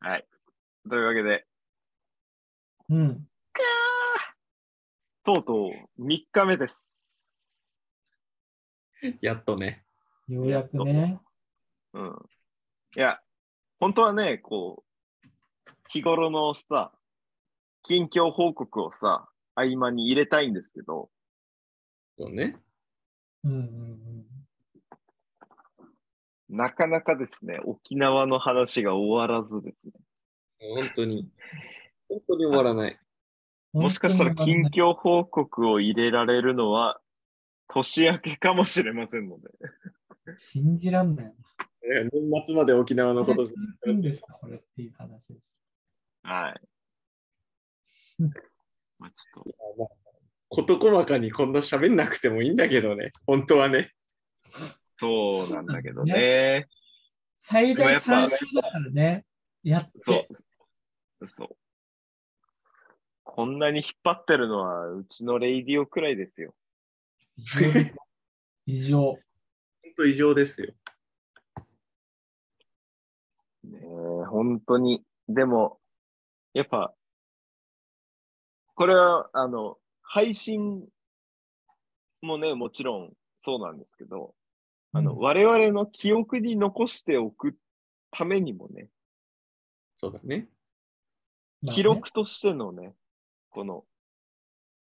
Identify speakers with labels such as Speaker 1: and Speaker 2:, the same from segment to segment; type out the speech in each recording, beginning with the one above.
Speaker 1: はい。というわけで、
Speaker 2: うん。
Speaker 1: とうとう3日目です。
Speaker 3: やっとね。
Speaker 2: ようやくね。
Speaker 1: うん。いや、本当はね、こう、日頃のさ、近況報告をさ、合間に入れたいんですけど、
Speaker 3: そうね。
Speaker 2: うんうん
Speaker 1: なかなかですね、沖縄の話が終わらずですね。
Speaker 3: 本当に。本当に終わらない。
Speaker 2: うん。
Speaker 1: もしかしたら
Speaker 2: 本当に
Speaker 1: 近況報告を入れられるのは、年明けかもしれませんので。
Speaker 2: 信じらんない。
Speaker 3: 年末まで沖縄の
Speaker 2: こ
Speaker 3: こ
Speaker 2: れ
Speaker 3: と
Speaker 2: 続くんですかこれっていう話です。
Speaker 1: はい。
Speaker 2: うん
Speaker 1: まあ、ちょっ
Speaker 3: 事細かにこんな喋んなくてもいいんだけどね。本当はね。
Speaker 1: と、そうなんだけどね。
Speaker 2: 最
Speaker 1: でも
Speaker 2: 大
Speaker 1: やっぱ
Speaker 2: 3週だからね。やっ
Speaker 1: そう
Speaker 2: て。。
Speaker 1: そう。こんなに引っ張ってるのは、うちのレイディオくらいですよ。
Speaker 2: 異常です。異常。
Speaker 3: 本当異常ですよ。
Speaker 1: ねえ本当に。でも、やっぱ、これは、あの、配信もね、もちろんそうなんですけど、あの、
Speaker 2: うん
Speaker 1: 我々の記憶に残しておくためにもね、
Speaker 3: そうだね。
Speaker 2: まあね
Speaker 1: 記録としてのね、この、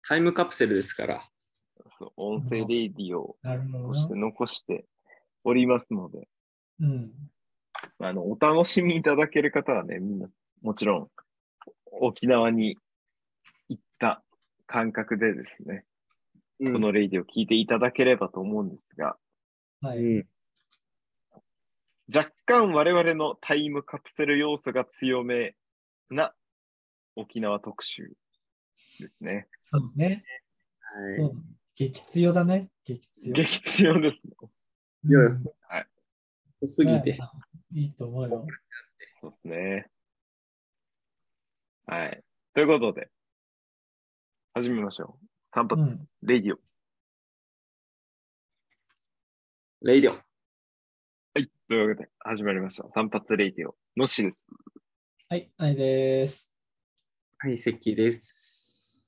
Speaker 3: タイムカプセルですから。
Speaker 1: そう音声レイディオ
Speaker 2: なるほ
Speaker 1: とし
Speaker 2: ど
Speaker 1: て
Speaker 2: な。
Speaker 1: 残しておりますので、
Speaker 2: うん。
Speaker 1: あの、お楽しみいただける方はね、みんな、もちろん、沖縄に行った感覚でですね、
Speaker 3: う
Speaker 1: このレイディを聞いていただければと思うんですが、
Speaker 2: は
Speaker 3: う
Speaker 2: い。
Speaker 3: ん、
Speaker 1: 若干我々のタイムカプセル要素が強めな沖縄特集ですね。
Speaker 2: そうね。
Speaker 3: はい
Speaker 2: そう。激強だね。激強。
Speaker 1: 激強です。
Speaker 2: うん
Speaker 3: いやいや濃すぎて。
Speaker 2: まあまあいいと思うよ。
Speaker 1: そうですね。はい。ということで、始めましょう。単発、
Speaker 2: うん
Speaker 1: レイディオ。
Speaker 3: レイディオ。
Speaker 1: はい。というわけで、始まりました。単発レイディオ。のっしーです。
Speaker 2: はい、あいです。
Speaker 3: はい、席です。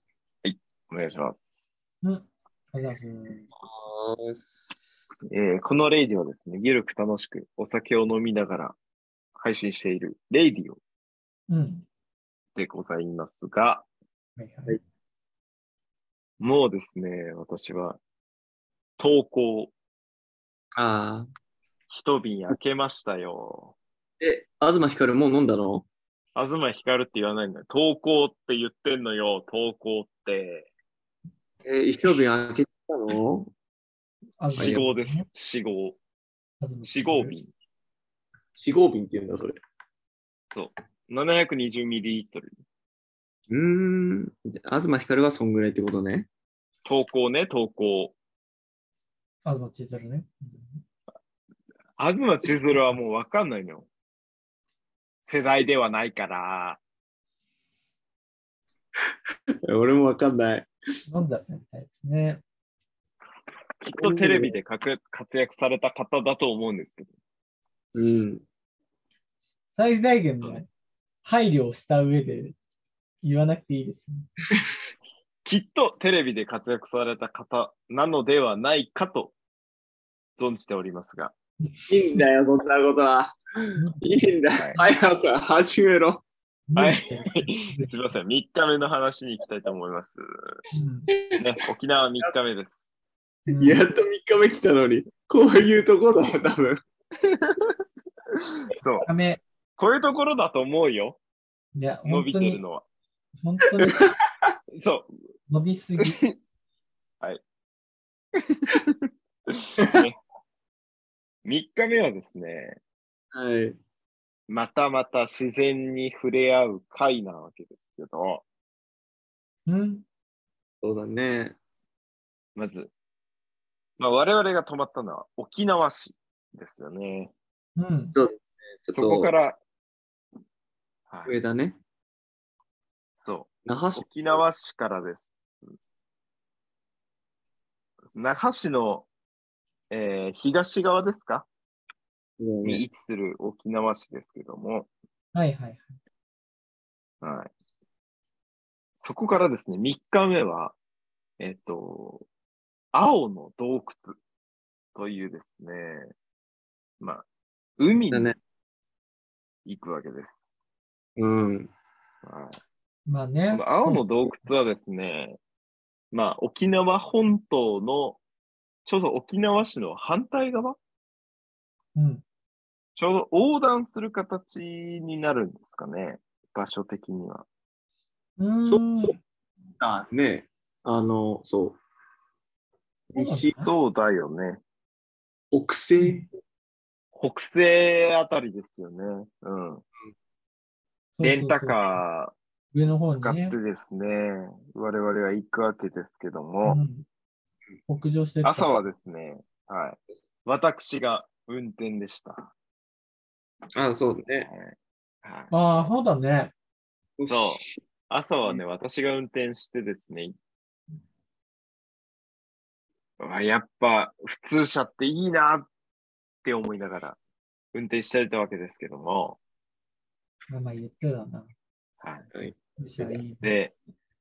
Speaker 1: お願いします。
Speaker 2: うん。ありがとうございます。
Speaker 1: えーこのレイディオはですね、ゆるく楽しくお酒を飲みながら配信しているレイディオ
Speaker 2: うん。
Speaker 1: でございますが、
Speaker 2: はいはい
Speaker 3: はい
Speaker 1: もうですね、私は投稿
Speaker 3: ああ。
Speaker 1: 一瓶開けましたよ。
Speaker 3: え、東ひかるもう飲んだの
Speaker 1: 東ひかるって言わないんだよ。投稿って言ってんのよ、投稿って。
Speaker 3: えー、一生瓶開けたの
Speaker 2: あず
Speaker 1: 死
Speaker 2: み
Speaker 1: 号です。。死号。
Speaker 2: あずみ
Speaker 1: 死号瓶。
Speaker 3: 四合瓶って言うんだ、それ。
Speaker 1: 720ミリリットル。
Speaker 3: うーん。東ひかるはそんぐらいってことね。
Speaker 1: 投稿ね、投稿。
Speaker 2: あずまちいとるね。
Speaker 1: 東千鶴はもうわかんないのよ。世代ではないから。
Speaker 3: 俺もわかんない。
Speaker 2: 飲んだみたいですね。
Speaker 1: きっとテレビでかく活躍された方だと思うんですけど。
Speaker 3: うん。
Speaker 2: 最大限の配慮をした上で言わなくていいですね。
Speaker 1: きっとテレビで活躍された方なのではないかと存じておりますが。
Speaker 3: いいんだよ、そんなことは。いいんだよ。早く始めろ。
Speaker 1: はい
Speaker 2: すい
Speaker 1: すみません。3日目の話に行きたいと思います。
Speaker 2: ま
Speaker 1: ね、沖縄3日目です。
Speaker 2: せん。
Speaker 3: やっと3日目来たのに、こういうとこだよ、多分。
Speaker 1: そう。
Speaker 2: ダメ。
Speaker 1: こういうところだと思うよ。
Speaker 2: いや、
Speaker 1: 伸
Speaker 2: 本
Speaker 1: び
Speaker 2: 当
Speaker 1: てる
Speaker 2: に、
Speaker 1: のは。
Speaker 2: 本当に
Speaker 1: そう。
Speaker 2: 伸びすぎ。
Speaker 1: 3日目はですね、
Speaker 3: はい。
Speaker 1: またまた自然に触れ合う会なわけですけど、
Speaker 2: うん。
Speaker 3: そうだね。
Speaker 1: まず、まあ、我々が泊まったのは沖縄市ですよね。
Speaker 2: うん。
Speaker 3: ちょっ
Speaker 1: そこ
Speaker 3: と
Speaker 1: から、はい
Speaker 3: 上だね。
Speaker 1: そ
Speaker 3: 那覇
Speaker 1: う、
Speaker 3: 市。
Speaker 1: 沖縄市からです。那覇市の、えー東側ですかに位置する沖縄市ですけども、
Speaker 2: はいはいはい。
Speaker 1: はい。そこからですね、3日目は、えっと、青の洞窟というですね、まあ、海
Speaker 3: だ
Speaker 1: に
Speaker 3: ね。
Speaker 1: 行くわけです。
Speaker 3: うん。
Speaker 1: はい
Speaker 2: まあ
Speaker 1: こ
Speaker 2: ね。
Speaker 1: の青の洞窟はですね、まあ、沖縄本島の、ちょうど沖縄市の反対側、
Speaker 2: うん。
Speaker 1: ちょうど横断する形になるんですかね、場所的には。
Speaker 2: うーん。
Speaker 3: そうそうあねあの、そう。西、
Speaker 1: そうだよね。
Speaker 3: 北西
Speaker 1: 北西あたりですよね。うん。レンタカ
Speaker 2: ー。上の
Speaker 1: ー
Speaker 2: 方
Speaker 1: 使っ
Speaker 2: にね
Speaker 1: て。ですね、我々は行くわけですけど
Speaker 2: う
Speaker 1: も、
Speaker 2: ん北上してった
Speaker 1: 朝はですね、はい。私が運転でした。
Speaker 3: あ、そうね。
Speaker 1: はい
Speaker 2: ああ、そうだね。
Speaker 1: そう朝はね、私が運転してですね、うわやっぱ普通車っていいなって思いながら運転していたわけですけども、
Speaker 2: まあまあ言ってた
Speaker 1: は
Speaker 2: な。
Speaker 1: い
Speaker 3: はい。
Speaker 2: むしろいい。
Speaker 1: で、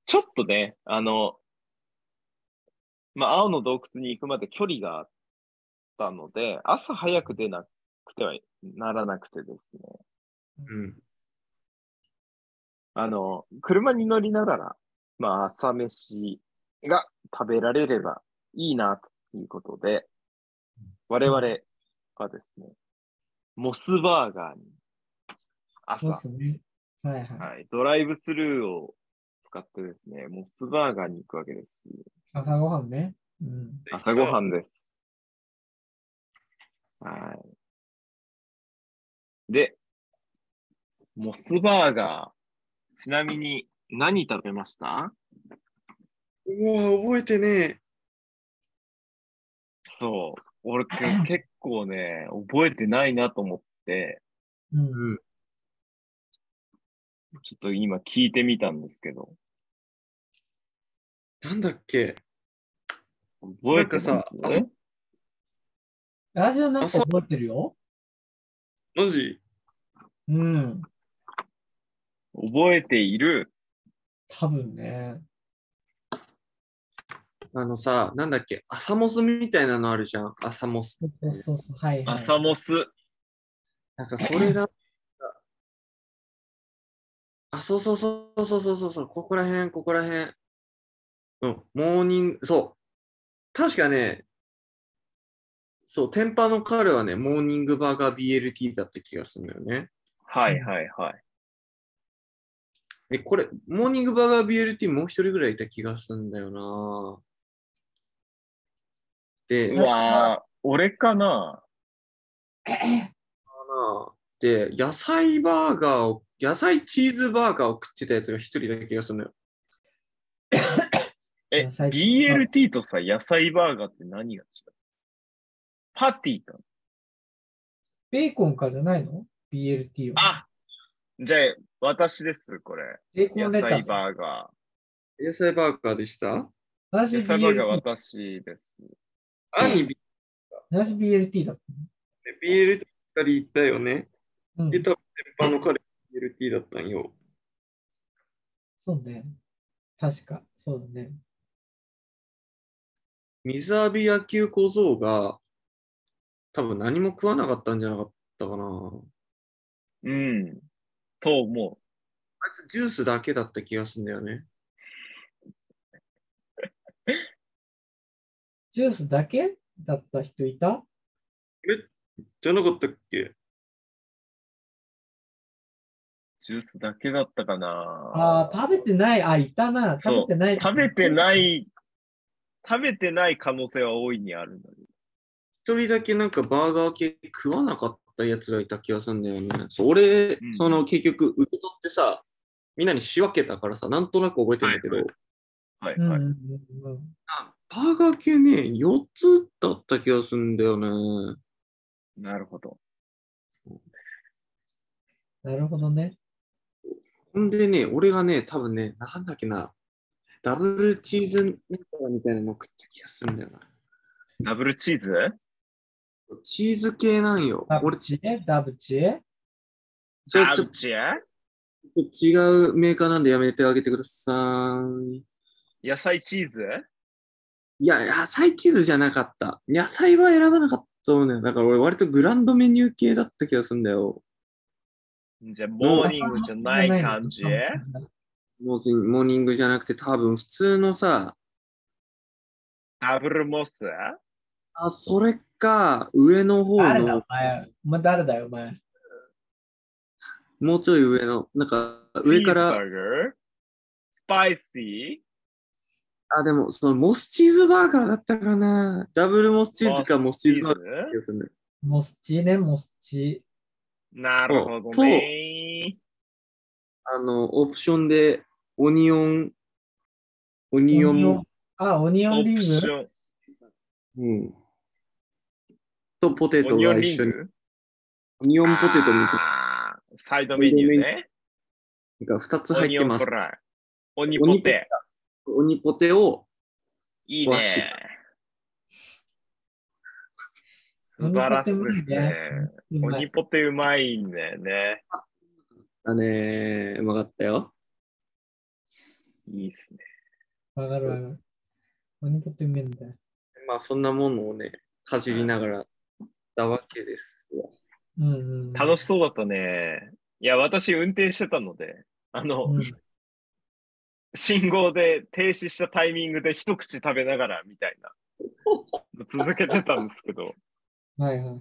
Speaker 1: ちょっとね、あの、まあ、青の洞窟に行くまで距離があったので、朝早く出なくてはならなくてですね、
Speaker 3: うん。
Speaker 1: あの、車に乗りながら、まあ、朝飯が食べられればいいな、ということで、我々はですね、モスバーガーに、朝、
Speaker 2: そうですね。はいはい。
Speaker 1: はい、ドライブスルーを使ってですね、モスバーガーに行くわけです。
Speaker 2: 朝ごはんね。うん。
Speaker 1: 朝ごはんです。はい。で、モスバーガー、ちなみに何食べました
Speaker 3: うわ、覚えてね
Speaker 1: そう。俺け結構ね、覚えてないなと思って、
Speaker 2: うん。
Speaker 1: ちょっと今聞いてみたんですけど、
Speaker 3: え。なんだっけ
Speaker 1: 覚えてます
Speaker 3: なんかさ
Speaker 1: え
Speaker 2: 私はなんか覚えてるよ。
Speaker 3: マジ
Speaker 2: うん。
Speaker 1: 覚えている。
Speaker 2: 多分ね。
Speaker 3: あのさ、なんだっけ朝モスみたいなのあるじゃん。朝モス。
Speaker 2: そうそうそう。はいはい。
Speaker 1: 朝モス。
Speaker 3: なんかそれだ。あ、そうそうそうそうそうそうそう、ここら辺、ここら辺。うん、モーニング、そう。確かね、そう、天パの彼はね、モーニングバーガー BLT だった気がするんだよね。
Speaker 1: はいはいはい。
Speaker 3: え、これ、モーニングバーガー BLT もう一人ぐらいいた気がするんだよなで、
Speaker 1: うわぁ、俺かな
Speaker 3: なで、野菜バーガーを、野菜チーズバーガーを食ってたやつが一人だった気がするんだよ。
Speaker 1: え
Speaker 2: 野、菜
Speaker 1: BLT とさ、野菜バーガーって何が違うパティか。
Speaker 2: ベーコンかじゃないの ?BLT は。
Speaker 1: あじゃあ、私です、これ。
Speaker 2: ベーコ
Speaker 1: 野
Speaker 2: ンレ
Speaker 1: 菜
Speaker 2: タス。
Speaker 1: バーガ
Speaker 3: 野菜バーガーでした
Speaker 1: ー。
Speaker 2: 私
Speaker 1: 野菜バーガー
Speaker 2: BLT。
Speaker 1: 私です。
Speaker 3: 兄、B
Speaker 2: 私 BLT だっ
Speaker 3: BLT 二人行ったよね。
Speaker 2: た。うん
Speaker 3: で、。多分鉄板の彼 BLT だったんよ。
Speaker 2: そうね。確か。そうだね。
Speaker 3: 水浴び野球小僧が、多分何も食わなかったんじゃなかったかな。
Speaker 1: うん。と思う。
Speaker 3: あいつジュースだけだった気がするんだよね。
Speaker 2: ジュースだけだった人いた
Speaker 3: じゃなかったっけ
Speaker 1: ジュースだけだったかな
Speaker 2: ああ、食べてない。あ、いたな。
Speaker 1: そう
Speaker 2: 食べてない。。
Speaker 1: 食べてないい、食べてない可能性は大いにあるんだけ
Speaker 3: 一人だけなんかバーガー系食わなかったやつがいた気がするんだよね。そう俺、
Speaker 1: ん
Speaker 3: その結局受け取ってさ、みんなに仕分けたからさ、なんとなく覚えてるんだけど、
Speaker 1: はいど。はい
Speaker 2: うんう
Speaker 1: は
Speaker 2: ん
Speaker 1: い。
Speaker 2: うんうん。
Speaker 3: あバーガー系ね、4つだった気がするんだよね。
Speaker 1: なるほど。
Speaker 2: なるほどね。
Speaker 3: ほんでね、俺がね、多分ね、なんだっけな、ダブルチーズなんとかみたいなの食った気がするんだよな。
Speaker 1: ダブルチーズ
Speaker 3: チーズ系なんよ
Speaker 2: ダ。ブ
Speaker 3: 俺、
Speaker 2: チエダブチエ
Speaker 3: それ
Speaker 1: ダ
Speaker 3: ちょ
Speaker 1: ブ
Speaker 3: っと
Speaker 1: チェ
Speaker 3: 違うメーカーなんでやめてあげてください。
Speaker 1: 野菜チーズ
Speaker 3: いや、野菜チーズじゃなかった。野菜は選ばなかったのね。だから俺割とグランドメニュー系だった気がするんだよ。
Speaker 1: じゃあ、モーニングじゃない感じ
Speaker 3: モーニングモーニングじゃなくて多分普通のさ、
Speaker 1: ダブルモス
Speaker 3: あ、それか、上の方
Speaker 2: 誰だ
Speaker 3: の
Speaker 2: お、前。お前誰だよお前。
Speaker 3: もうちょい上の、なんか上か
Speaker 1: チーズバ
Speaker 3: ら、
Speaker 1: ーガースパイシ
Speaker 3: あ、でもそのモスチーズバーガーだったかな。ダブルモスチーズかモ
Speaker 1: ー
Speaker 3: ス
Speaker 1: チ
Speaker 3: チーズ
Speaker 1: ー
Speaker 3: バーガーだ
Speaker 1: ズ
Speaker 3: った気がするんだよ。
Speaker 2: モスチーね、モスチ
Speaker 1: なるほどね。
Speaker 3: あの、オプションでオニオン、オ
Speaker 2: ー。
Speaker 3: ニオ
Speaker 2: オ
Speaker 3: ン、
Speaker 2: ニオンあ、オニオ
Speaker 1: オ
Speaker 2: ンリン
Speaker 1: プ
Speaker 2: グ
Speaker 1: ション。
Speaker 3: うん、とポテ
Speaker 1: オ
Speaker 3: ト
Speaker 1: ニオ
Speaker 3: が
Speaker 1: ンリ
Speaker 3: 一
Speaker 1: ン
Speaker 3: 緒に、
Speaker 1: グ
Speaker 3: オニオンポテトみたい
Speaker 1: あーサイドメニューね。
Speaker 3: なのが2つ
Speaker 1: オ
Speaker 3: 入っ
Speaker 1: ニ
Speaker 3: て
Speaker 1: オン
Speaker 3: ます
Speaker 1: フ。ライ。オニポテ。
Speaker 3: オニポテを
Speaker 1: いい
Speaker 3: わし
Speaker 1: ね。素晴らしいですね。
Speaker 2: う
Speaker 1: オ
Speaker 2: ま
Speaker 1: ニ
Speaker 2: い
Speaker 1: ポテうまいんだよね。
Speaker 3: だねー、うまかったよ。
Speaker 1: いいっすね。
Speaker 2: わかるわかる。オニポってうめえんだよ。
Speaker 3: まあそんなものをね、かじりながらだわけですよ。
Speaker 2: うんうん。
Speaker 1: 楽
Speaker 2: し
Speaker 1: しそうだったね。いや、私運転してたので、あの、信号で停止したタイミングで一口食べながらみたいな。続けてたんですけど、
Speaker 2: はいはいはいはい。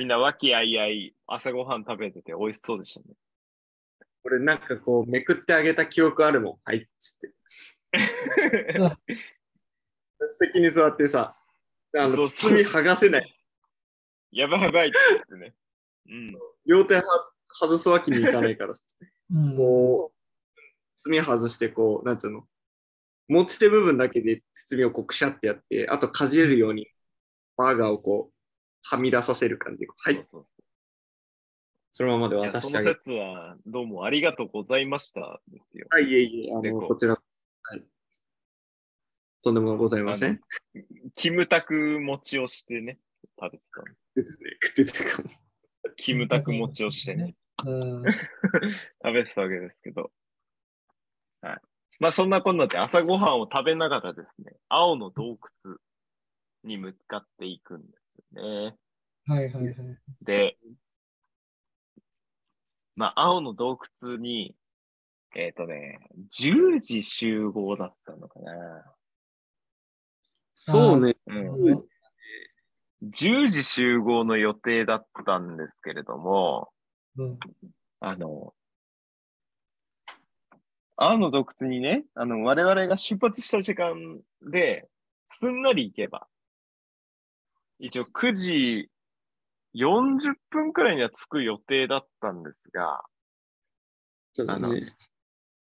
Speaker 1: みんな和気あいあい朝ごはん食べてて美味しそうでしたね。
Speaker 3: 俺なんかこうめくってあげた記憶あるもん。はいっつって。席に座ってさ、あ
Speaker 1: そ
Speaker 3: の
Speaker 1: うそう
Speaker 3: 包み剥がせない。
Speaker 1: やばいやばいって言ってね。うん。
Speaker 3: 両手は外すわけにいかないからさ。
Speaker 2: うん、
Speaker 3: こう、包み外してこう、なんつうの。持ち手部分だけで包みをこうくしゃってやって、あとかじれるようにバーガーをこう、はみ出させる感じ。は
Speaker 1: そう
Speaker 3: い、
Speaker 1: そう
Speaker 3: そのままで
Speaker 1: いや
Speaker 3: 渡
Speaker 1: そ
Speaker 3: して
Speaker 1: の
Speaker 3: あげる。
Speaker 1: 説はどうもありがとうございましたですよ。
Speaker 3: はい、いえいえ、あ
Speaker 1: で
Speaker 3: の、
Speaker 1: こう
Speaker 3: こちら、はい。とんでもございませ
Speaker 1: あ
Speaker 3: ん。
Speaker 1: キムタク持ちをしてね、食べてた
Speaker 3: 出てたね食ってたかも。
Speaker 1: の。キムタク持ちをしてね、
Speaker 2: うん。
Speaker 1: 食べてたわけですけど。はい。まあそんなこんなで朝ごはんを食べながらですね、青の洞窟に向かっていくんですよね。
Speaker 2: はいはいはい。
Speaker 1: で、まあ、青の洞窟に、えっ、とね、10時集合だったのかな。
Speaker 3: そうね。
Speaker 1: うん。
Speaker 3: うん
Speaker 1: 10時集合の予定だったんですけれども、
Speaker 2: うん。
Speaker 1: あの、青の洞窟にね、あの、我々が出発した時間で、すんなり行けば、一応9時40分くらいには着く予定だったんですが、
Speaker 3: そうだね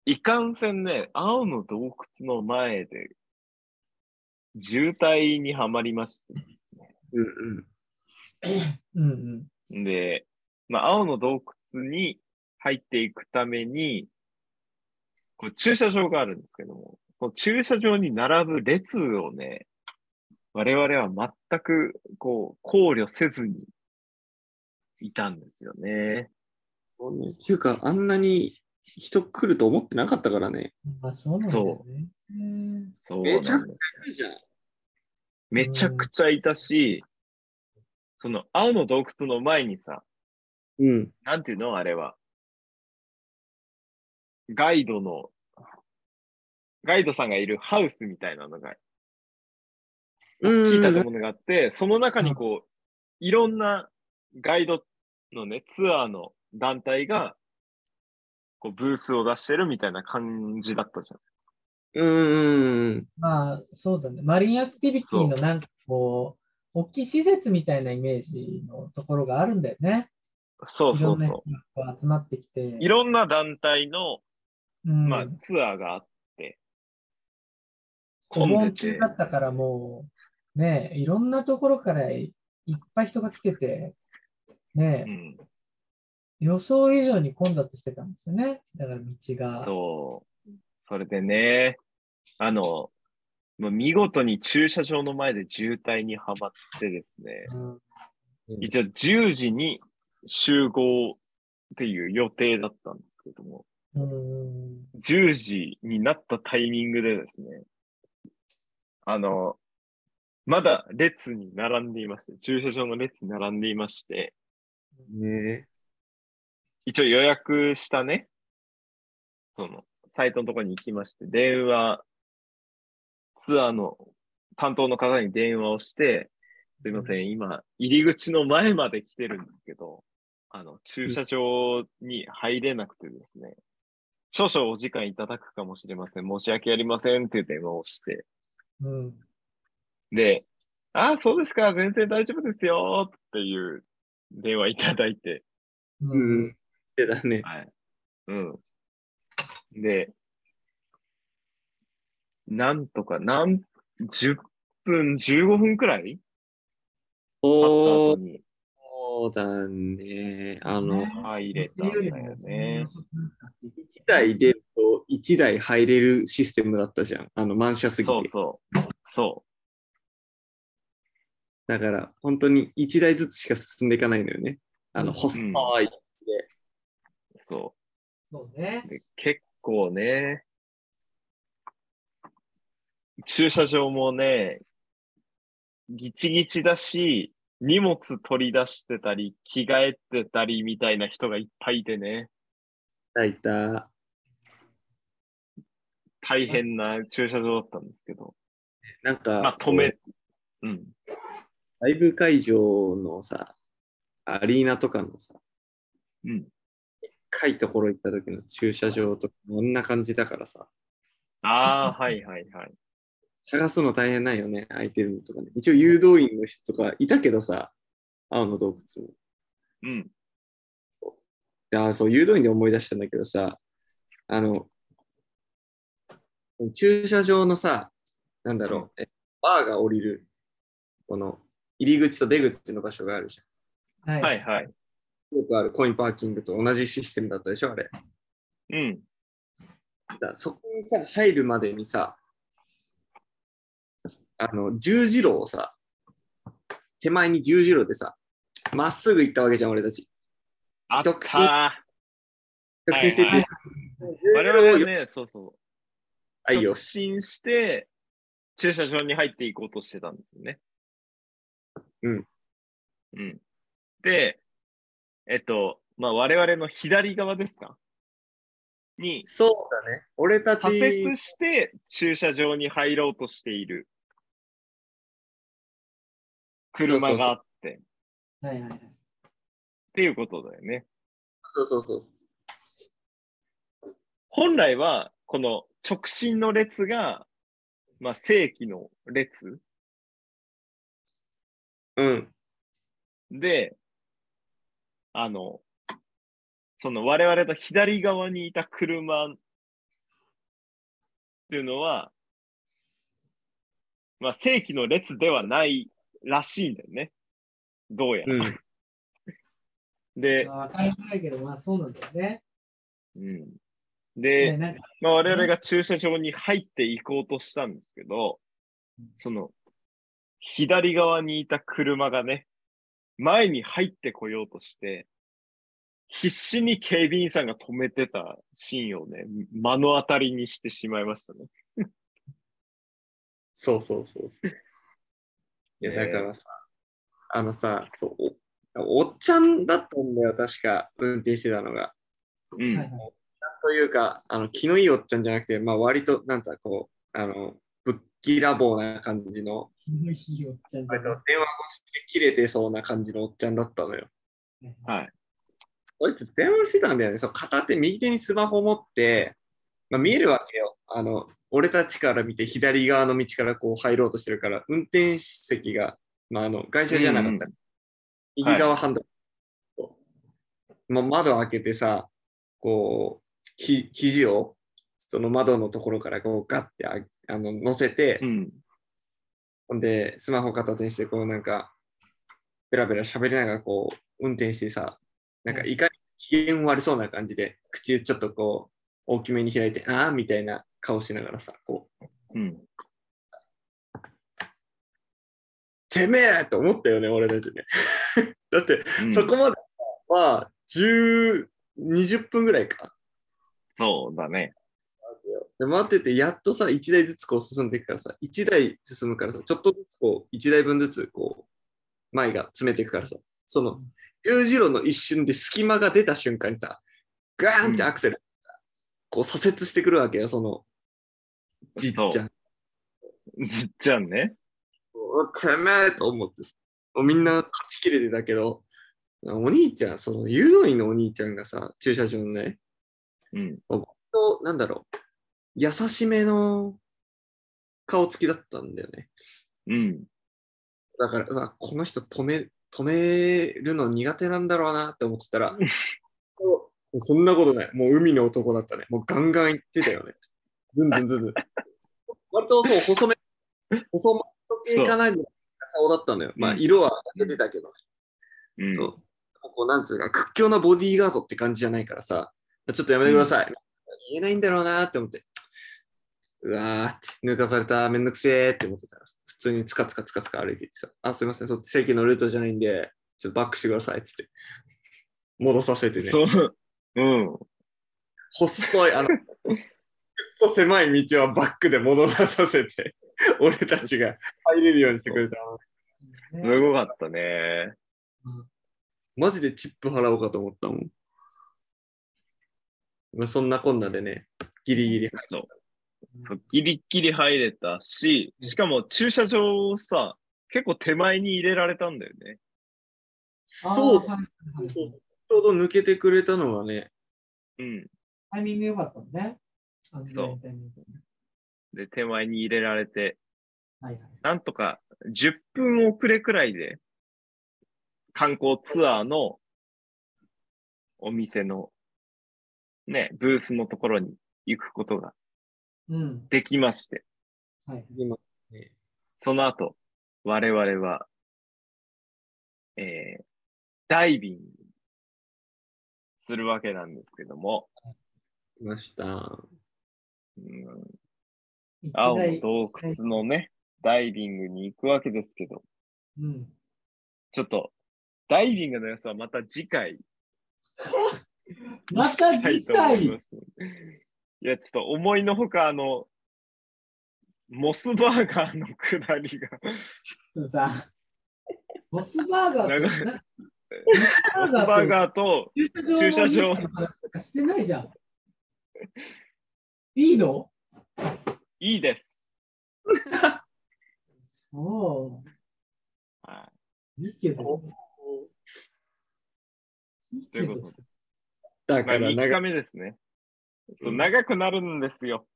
Speaker 1: いかんせんね、青の洞窟の前で、渋滞にはまりまし
Speaker 3: うんうん。
Speaker 2: うんう
Speaker 1: て。
Speaker 2: ん。
Speaker 1: で、まあ、青の洞窟に入っていくために、こう駐車場があるんですけども、こう駐車場に並ぶ列をね、我々は全くこう考慮せずにいたんですよね。
Speaker 3: そうね。っていうか、あんなに人来ると思ってなかったからね。
Speaker 2: まあそうなんだよね。うん
Speaker 1: そう
Speaker 3: めちゃく
Speaker 1: なんです
Speaker 3: いいじゃん。
Speaker 1: めちゃくちゃいたし、その青の洞窟の前にさ、
Speaker 3: うん。
Speaker 1: なんていうのあれは。ガイドの、ガイドさんがいるハウスみたいなのが、大きい建物があって、その中にこう、いろんなガイドのね、ツアーの団体が、こう、ブースを出してるみたいな感じだったじゃん。
Speaker 3: うんうんうん。
Speaker 2: まあそうだね。マリンアクティビティのなんかこう、大きい施設みたいなイメージのところがあるんだよね。
Speaker 1: そうそう
Speaker 2: い
Speaker 1: そ
Speaker 2: ろんな人が集まってきて。
Speaker 1: う。いろんな団体の、
Speaker 2: うん、
Speaker 1: まあ、ツアーがあって、
Speaker 2: お
Speaker 1: 混んで
Speaker 2: 盆
Speaker 1: て
Speaker 2: 中だったからもう、ねえ、いろんなところからいっぱい人が来てて、ね
Speaker 1: う
Speaker 2: え、
Speaker 1: ん、
Speaker 2: 予想以上に混雑してたんですよね。だから道が。
Speaker 1: そう。それでね、あの、もう見事に駐車場の前で渋滞にはまってですね、
Speaker 2: うん
Speaker 1: 一応10時に集合っていう予定だったんですけども、 10時になったタイミングでですね、あの、まだ列に並んでいまして、駐車場の列に並んでいまして、
Speaker 3: ね
Speaker 1: 一応予約したね、その、サイトのところに行きまして、電話、ツアーの担当の方に電話をして、すいません、今、入り口の前まで来てるんですけど、あの、駐車場に入れなくてですね、少々お時間いただくかもしれません。申し訳ありませんっていう電話をして、
Speaker 2: うん。
Speaker 1: で、ああ、そうですか、全然大丈夫ですよっていう電話いただいて、
Speaker 2: う
Speaker 3: う
Speaker 2: ん
Speaker 3: ん。でだね。
Speaker 1: はい。うん。で、なんとか、なん、10分、15分くらい経った後
Speaker 3: そ
Speaker 1: に
Speaker 3: うだね。あの、
Speaker 2: ね
Speaker 1: 入れたんだよね。。
Speaker 3: 1台出ると1台入れるシステムだったじゃん。あの、満車すぎて。
Speaker 1: そうそう。そ
Speaker 3: だから、本当に1台ずつしか進んでいかないのよね。あ
Speaker 2: う
Speaker 3: の、
Speaker 2: ん
Speaker 3: 細い。
Speaker 1: う、そ
Speaker 2: そうね
Speaker 1: う。。で、結構ね、駐車場もね、ギチギチだし、荷物取り出してたり、着替えてたりみたいな人がいっぱいいてね、
Speaker 3: だいた。
Speaker 1: 大変な駐車場だったんですけど。
Speaker 3: なんか、
Speaker 1: まあ、止め、うん。
Speaker 3: ライブ会場のさ、アリーナとかのさ、
Speaker 1: うん。
Speaker 3: 深いところ行った時の駐車場とか、こんな感じだからさ、
Speaker 1: ああ、はいはいはい。
Speaker 3: 探すの大変ないよね、空いてるのとかね。一応誘導員の人とかいたけどさ、青の洞窟も。
Speaker 1: うん。
Speaker 3: であーそう、誘導員で思い出したんだけどさ、あの、駐車場のさ、なんだろう、えバーが降りる、この入り口と出口の場所があるじゃ
Speaker 2: は
Speaker 3: ん。
Speaker 2: い。
Speaker 1: はいはい。
Speaker 3: よくあるコインパーキングと同じシステムだったでしょ、あれ。
Speaker 1: うん。
Speaker 3: さそこにさ、入るまでにさ、あの、十字路をさ、手前に十字路でさ、まっすぐ行ったわけじゃん、俺たち。
Speaker 1: あった
Speaker 3: 独身
Speaker 1: ー。
Speaker 3: 直進していって、
Speaker 1: はいはい我々はね、そうそ
Speaker 3: あ
Speaker 1: う。
Speaker 3: いいよ
Speaker 1: 直。進して、駐車場に入っていこうとしてたんですよね。
Speaker 3: うん。
Speaker 1: うん。で、えっと、まあ、我々の左側ですかに、
Speaker 3: そうだね。俺た
Speaker 1: 左折
Speaker 3: ち、
Speaker 1: して駐車場に入ろうとしている車があって、っ
Speaker 2: はいはいはい。
Speaker 1: ていうことだよね。
Speaker 3: そうそうそうそう。
Speaker 1: 本来は、この直進の列が、まあ、正規の列
Speaker 3: うん。
Speaker 1: で、あの、その我々と左側にいた車っていうのは、まあ、正規の列ではないらしいんだよね。どうやら。
Speaker 3: うん。
Speaker 1: で、
Speaker 2: まあわかりづらいけど、まあそうなんだよね。
Speaker 1: うん、
Speaker 2: ね
Speaker 1: で、
Speaker 2: なんか
Speaker 1: まあ、我々が駐車場に入っていこうとしたんですけど、その、左側にいた車がね、前に入ってこようとして、必死に警備員さんが止めてたシーンをね、目の当たりにしてしまいましたね。
Speaker 3: そうそうそうそう。いや、だからさ、あのさ、そう、おおっちゃんだったんだよ、確か、運転してたのが。
Speaker 1: う
Speaker 2: はいは
Speaker 1: ん。
Speaker 2: い
Speaker 3: というか、あの気のいいおっちゃんじゃなくて、まあ、割と、なんかこう、あのぶっきらぼうな感じの、
Speaker 2: ひどい日をちゃんと
Speaker 3: 割と電話越しで切れてそうな感じのおっちゃんだったのよ。
Speaker 2: ね。
Speaker 1: はい。
Speaker 3: こいつ電話してたんだよね。そう片手、右手にスマホ持って、まあ、見えるわけよ。あの俺たちから見て左側の道からこう入ろうとしてるから、運転席が、まあ、あの外車じゃなかった。
Speaker 1: う
Speaker 3: 右側ハンドル。まあ窓開けてさ、こう、ひ肘をその窓のところからこうガッてああの乗せて、
Speaker 1: うん。
Speaker 3: ほんで、スマホ片手にして、こうなんか、ベラベラ喋りながらこう、運転してさ、なんか
Speaker 2: うん
Speaker 3: いかに機嫌悪そうな感じで、口ちょっとこう、大きめに開いて、ああみたいな顔しながらさ、こ
Speaker 1: う
Speaker 3: う、
Speaker 1: ん。
Speaker 3: てめえと思ったよね、俺たちね。 だって、
Speaker 1: うん
Speaker 3: そこまでは、10、20分ぐらいか。
Speaker 1: そうだね。
Speaker 3: で待ってて、やっとさ、1台ずつこう進んでいくからさ、1台進むからさ、ちょっとずつこう、1台分ずつこう、前が詰めていくからさ、その、十字路の一瞬で隙間が出た瞬間にさ、ガーンってアクセル、こう左折してくるわけよ、その、じっちゃん。
Speaker 1: じっちゃんね。
Speaker 3: おてめえと思ってさ、もうみんな勝ちきれてたけど、お兄ちゃん、その、誘導員のお兄ちゃんがさ、駐車場のね、
Speaker 1: うん。
Speaker 3: と、なんだろう、優しめの顔つきだったんだよね。
Speaker 1: うん。
Speaker 3: だから、うわ、この人止め、止めるの苦手なんだろうなって思ってたら、もう そんなことない。もう海の男だったね。もうガンガン行ってたよね。ずんずんずんずん。割とそう、細め、細マット系かなぐらいの顔だったのよ。まあ、
Speaker 1: うん
Speaker 3: 色は出てたけどね。
Speaker 1: うん。
Speaker 3: そう。こうなんつうか、屈強なボディーガードって感じじゃないからさ、ちょっとやめてください。言えないんだろうなーって思って、うわーって、抜かされた、めんどくせーって思ってたら、普通につかつかつかつか歩いていってさ、あ、すいません、そっち正規のルートじゃないんで、ちょっとバックしてくださいっつって、戻させてね、
Speaker 1: そう。うん。
Speaker 3: 細い、あの、くっそ狭い道はバックで戻らさせて、俺たちが入れるようにしてくれた。
Speaker 1: すごかったね。
Speaker 3: マジでチップ払おうかと思ったもん。まあ、そんなこんなでね、ギリギリ。
Speaker 1: そう。そうギリッギリ入れたし、しかも駐車場をさ、結構手前に入れられたんだよね。
Speaker 3: そう、
Speaker 2: あーはいはい
Speaker 3: ちょ
Speaker 2: は
Speaker 3: う
Speaker 2: い
Speaker 3: ど抜けてくれたのはね、
Speaker 1: うん。
Speaker 2: タイミング良かったのね。そう
Speaker 1: そうで、手前に入れられて、
Speaker 2: はいはい。
Speaker 1: なんとか10分遅れくらいで、観光ツアーのお店の、ね、ブースのところに行くことが
Speaker 2: うん。
Speaker 1: できまして、
Speaker 2: はい。
Speaker 3: 今、
Speaker 1: その後、我々は、えー、ダイビングするわけなんですけども、
Speaker 3: 来ました。
Speaker 1: うん、
Speaker 2: 一
Speaker 1: 青の
Speaker 2: 台
Speaker 1: 洞窟のね、ダイビングに行くわけですけど、
Speaker 2: うん。
Speaker 1: ちょっと、ダイビングの様子はまた次回。
Speaker 2: また次回
Speaker 1: いや、ちょっと思いのほか、あの、モスバーガーのくだりが、
Speaker 2: さ、モスバーガーと
Speaker 1: 長い
Speaker 2: モ
Speaker 1: モ
Speaker 2: ス
Speaker 1: ス
Speaker 2: バ
Speaker 1: バ
Speaker 2: ー
Speaker 1: ー
Speaker 2: ガー
Speaker 1: ガーと、
Speaker 2: と駐
Speaker 1: 駐車
Speaker 2: 車場
Speaker 1: 場
Speaker 2: の話とかしてないじゃん。いいの
Speaker 1: いいです。
Speaker 2: そ
Speaker 1: は
Speaker 2: う。いいけど。いいけ
Speaker 1: という
Speaker 2: ど
Speaker 1: こ。と
Speaker 3: だ
Speaker 1: い。まあ、
Speaker 3: から
Speaker 1: 3
Speaker 3: 長
Speaker 1: 日目
Speaker 3: い、
Speaker 1: ですね。そううん長くなるんですよ。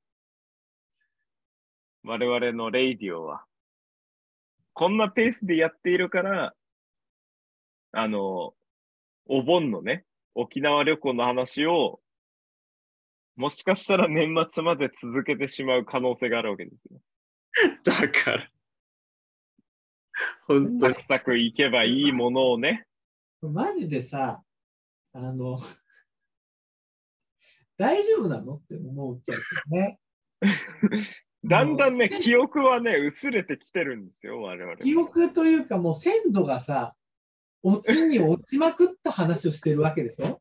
Speaker 1: 我々のレイディオは。こんなペースでやっているから、あの、お盆のね、沖縄旅行の話を、もしかしたら年末まで続けてしまう可能性があるわけですよ。
Speaker 3: だから。本当
Speaker 1: サ
Speaker 3: に
Speaker 1: ク。サクいけばいいものをね。
Speaker 2: マジでさ、あの、大丈夫なのって思っちゃうよね。
Speaker 1: だんだんね、記憶はね、薄れてきてるんですよ、我々。
Speaker 2: 記憶というかもう鮮度がさ、落ちに落ちまくった話をしてるわけでしょ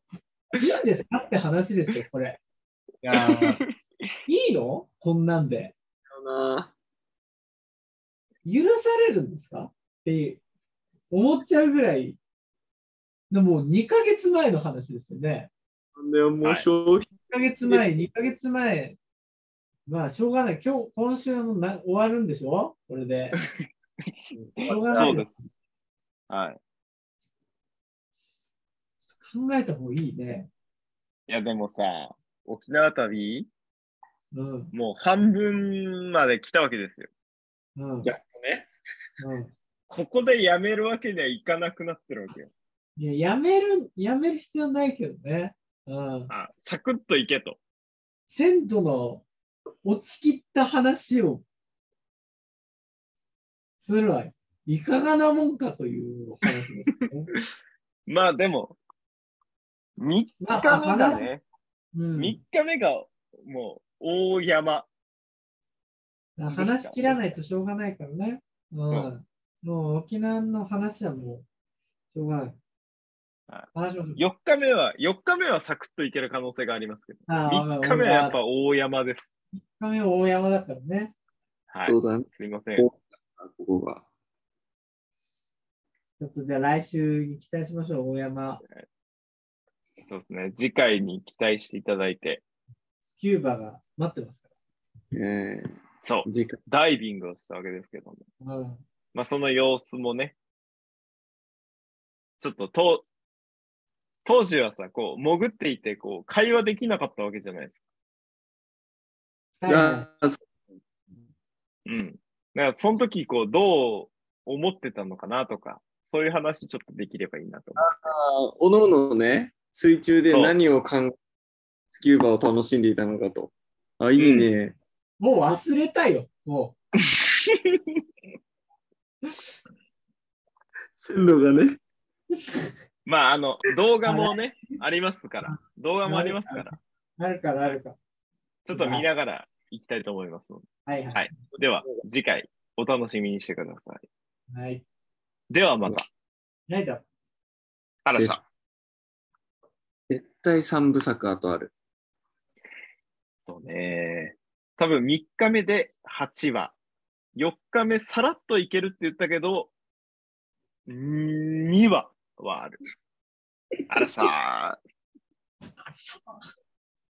Speaker 2: いいんですかって話ですよ、これ。
Speaker 3: いやー
Speaker 2: いいのこんなんで。
Speaker 3: な
Speaker 2: 許されるんですかって思っちゃうぐらい、でもう2ヶ月前の話ですよね。
Speaker 3: んだよ、もう消費。
Speaker 2: 1ヶ月前、2ヶ月前、まあ、しょうがない。今日、今週はもうな終わるんでしょこれで。しょうがな
Speaker 1: そ
Speaker 2: いう
Speaker 1: で。
Speaker 2: です
Speaker 1: はい。
Speaker 2: す。考えた方がいいね。
Speaker 1: いや、でもさ、沖縄旅、
Speaker 2: うん。
Speaker 1: もう半分まで来たわけですよ。
Speaker 2: うん。
Speaker 3: やっとね。
Speaker 2: うん
Speaker 1: ここでやめるわけにはいかなくなってるわけよ。
Speaker 2: いや、やめる、やめる必要ないけどね。うん。
Speaker 1: あサクッといけと。
Speaker 2: 鮮度の落ちきった話をするわ。いかがなもんかというお話 ですね。
Speaker 1: まあでも、3日目がね、
Speaker 2: うん
Speaker 1: 3。日目がもう大山。
Speaker 2: まあ話し切らないとしょうがないからね。うん。
Speaker 1: そう
Speaker 2: もう沖縄の話はもう、しょうがない。
Speaker 1: は
Speaker 2: 話しましょう
Speaker 1: 4日目は、4日目はサクッといける可能性がありますけど、
Speaker 2: あー
Speaker 1: 3日目はやっぱ大山です。
Speaker 2: 日目も大山だからね。
Speaker 1: はい
Speaker 3: そ。うだね。
Speaker 1: すいません。
Speaker 3: ここが。
Speaker 2: ちょっとじゃあ来週に期待しましょう、大山。
Speaker 1: そうですね。次回に期待していただいて、
Speaker 2: スキューバが待ってますか
Speaker 3: え
Speaker 1: そう
Speaker 3: ー、、次回。
Speaker 1: ダイビングをしたわけですけども、
Speaker 2: ら。うん。
Speaker 1: まあその様子もね、ちょっとと当時はさ、こう、潜っていて、こう、会話できなかったわけじゃないですか。
Speaker 2: はいは
Speaker 3: あそ
Speaker 1: うん。だから、その時、こう、どう思ってたのかなとか、そういう話ちょっとできればいいなと思
Speaker 3: あおのおのね、水中で
Speaker 1: そう
Speaker 3: 何を考え、スキューバを楽しんでいたのかと。あ、いいね。
Speaker 2: いもう忘れたよ、も
Speaker 3: 鮮度がね。
Speaker 1: う。まあ、あの、動画もね、ありますから、動画もありますから、
Speaker 2: う。あるからあるから。
Speaker 1: ちょっと見ながら行きたいと思いますので。
Speaker 2: はいはい。
Speaker 1: はいでは、次回、お楽しみにしてください。
Speaker 2: はい。
Speaker 1: では、また。
Speaker 2: ライダー。
Speaker 1: あらさ、
Speaker 3: 絶対三部作後ある。
Speaker 1: そうね。多分3日目で8話。4日目、さらっといけるって言ったけど、うーん2話はある。あらさ、
Speaker 2: あそう